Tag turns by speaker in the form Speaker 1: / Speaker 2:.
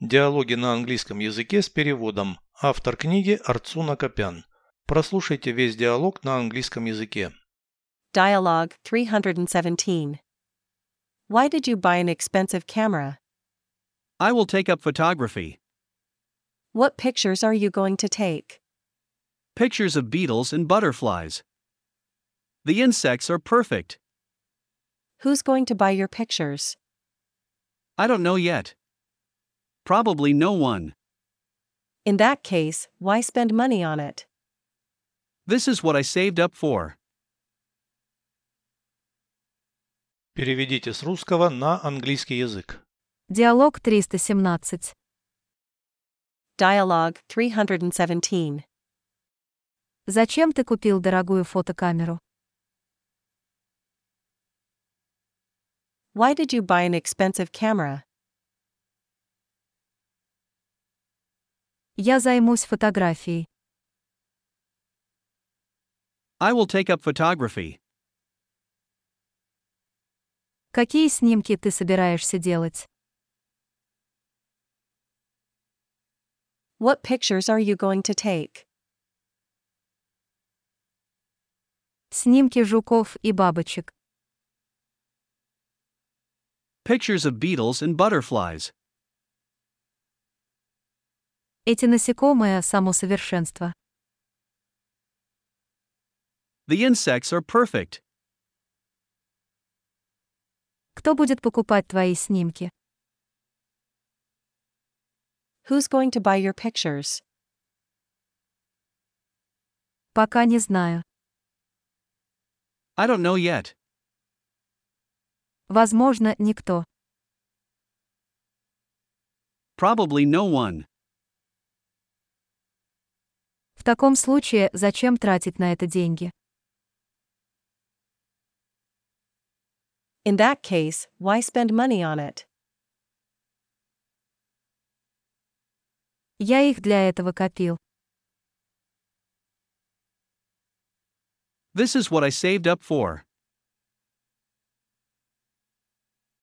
Speaker 1: Диалоги на английском языке с переводом. Автор книги Арцуна Копян. Прослушайте весь диалог на английском языке.
Speaker 2: Dialogue 317. Why did you buy an expensive camera?
Speaker 3: I will take up photography.
Speaker 2: What pictures are you going to take?
Speaker 3: Pictures of beetles and butterflies. The insects are perfect.
Speaker 2: Who's going to buy your pictures?
Speaker 3: I don't know yet. Probably no one.
Speaker 2: In that case, why spend money on it?
Speaker 3: This is what I saved up for.
Speaker 1: Переведите с русского на английский язык.
Speaker 4: Диалог 317.
Speaker 2: Dialogue 317.
Speaker 4: Зачем ты купил дорогую фотокамеру?
Speaker 2: Why did you buy an expensive camera?
Speaker 4: Я займусь фотографией.
Speaker 3: I will take up photography.
Speaker 4: Какие снимки ты собираешься делать?
Speaker 2: What pictures are you going to take?
Speaker 4: Снимки жуков и бабочек.
Speaker 3: Pictures of beetles and butterflies.
Speaker 4: Эти насекомые – само совершенство.
Speaker 3: The insects are perfect.
Speaker 4: Кто будет покупать твои снимки?
Speaker 2: Who's going to buy your pictures?
Speaker 4: Пока не знаю.
Speaker 3: I don't know yet.
Speaker 4: Возможно, никто.
Speaker 3: Probably no one.
Speaker 4: В таком случае, зачем тратить на это деньги?
Speaker 2: In that case, why spend money on it?
Speaker 4: Я их для этого копил.
Speaker 3: This is what I saved up for.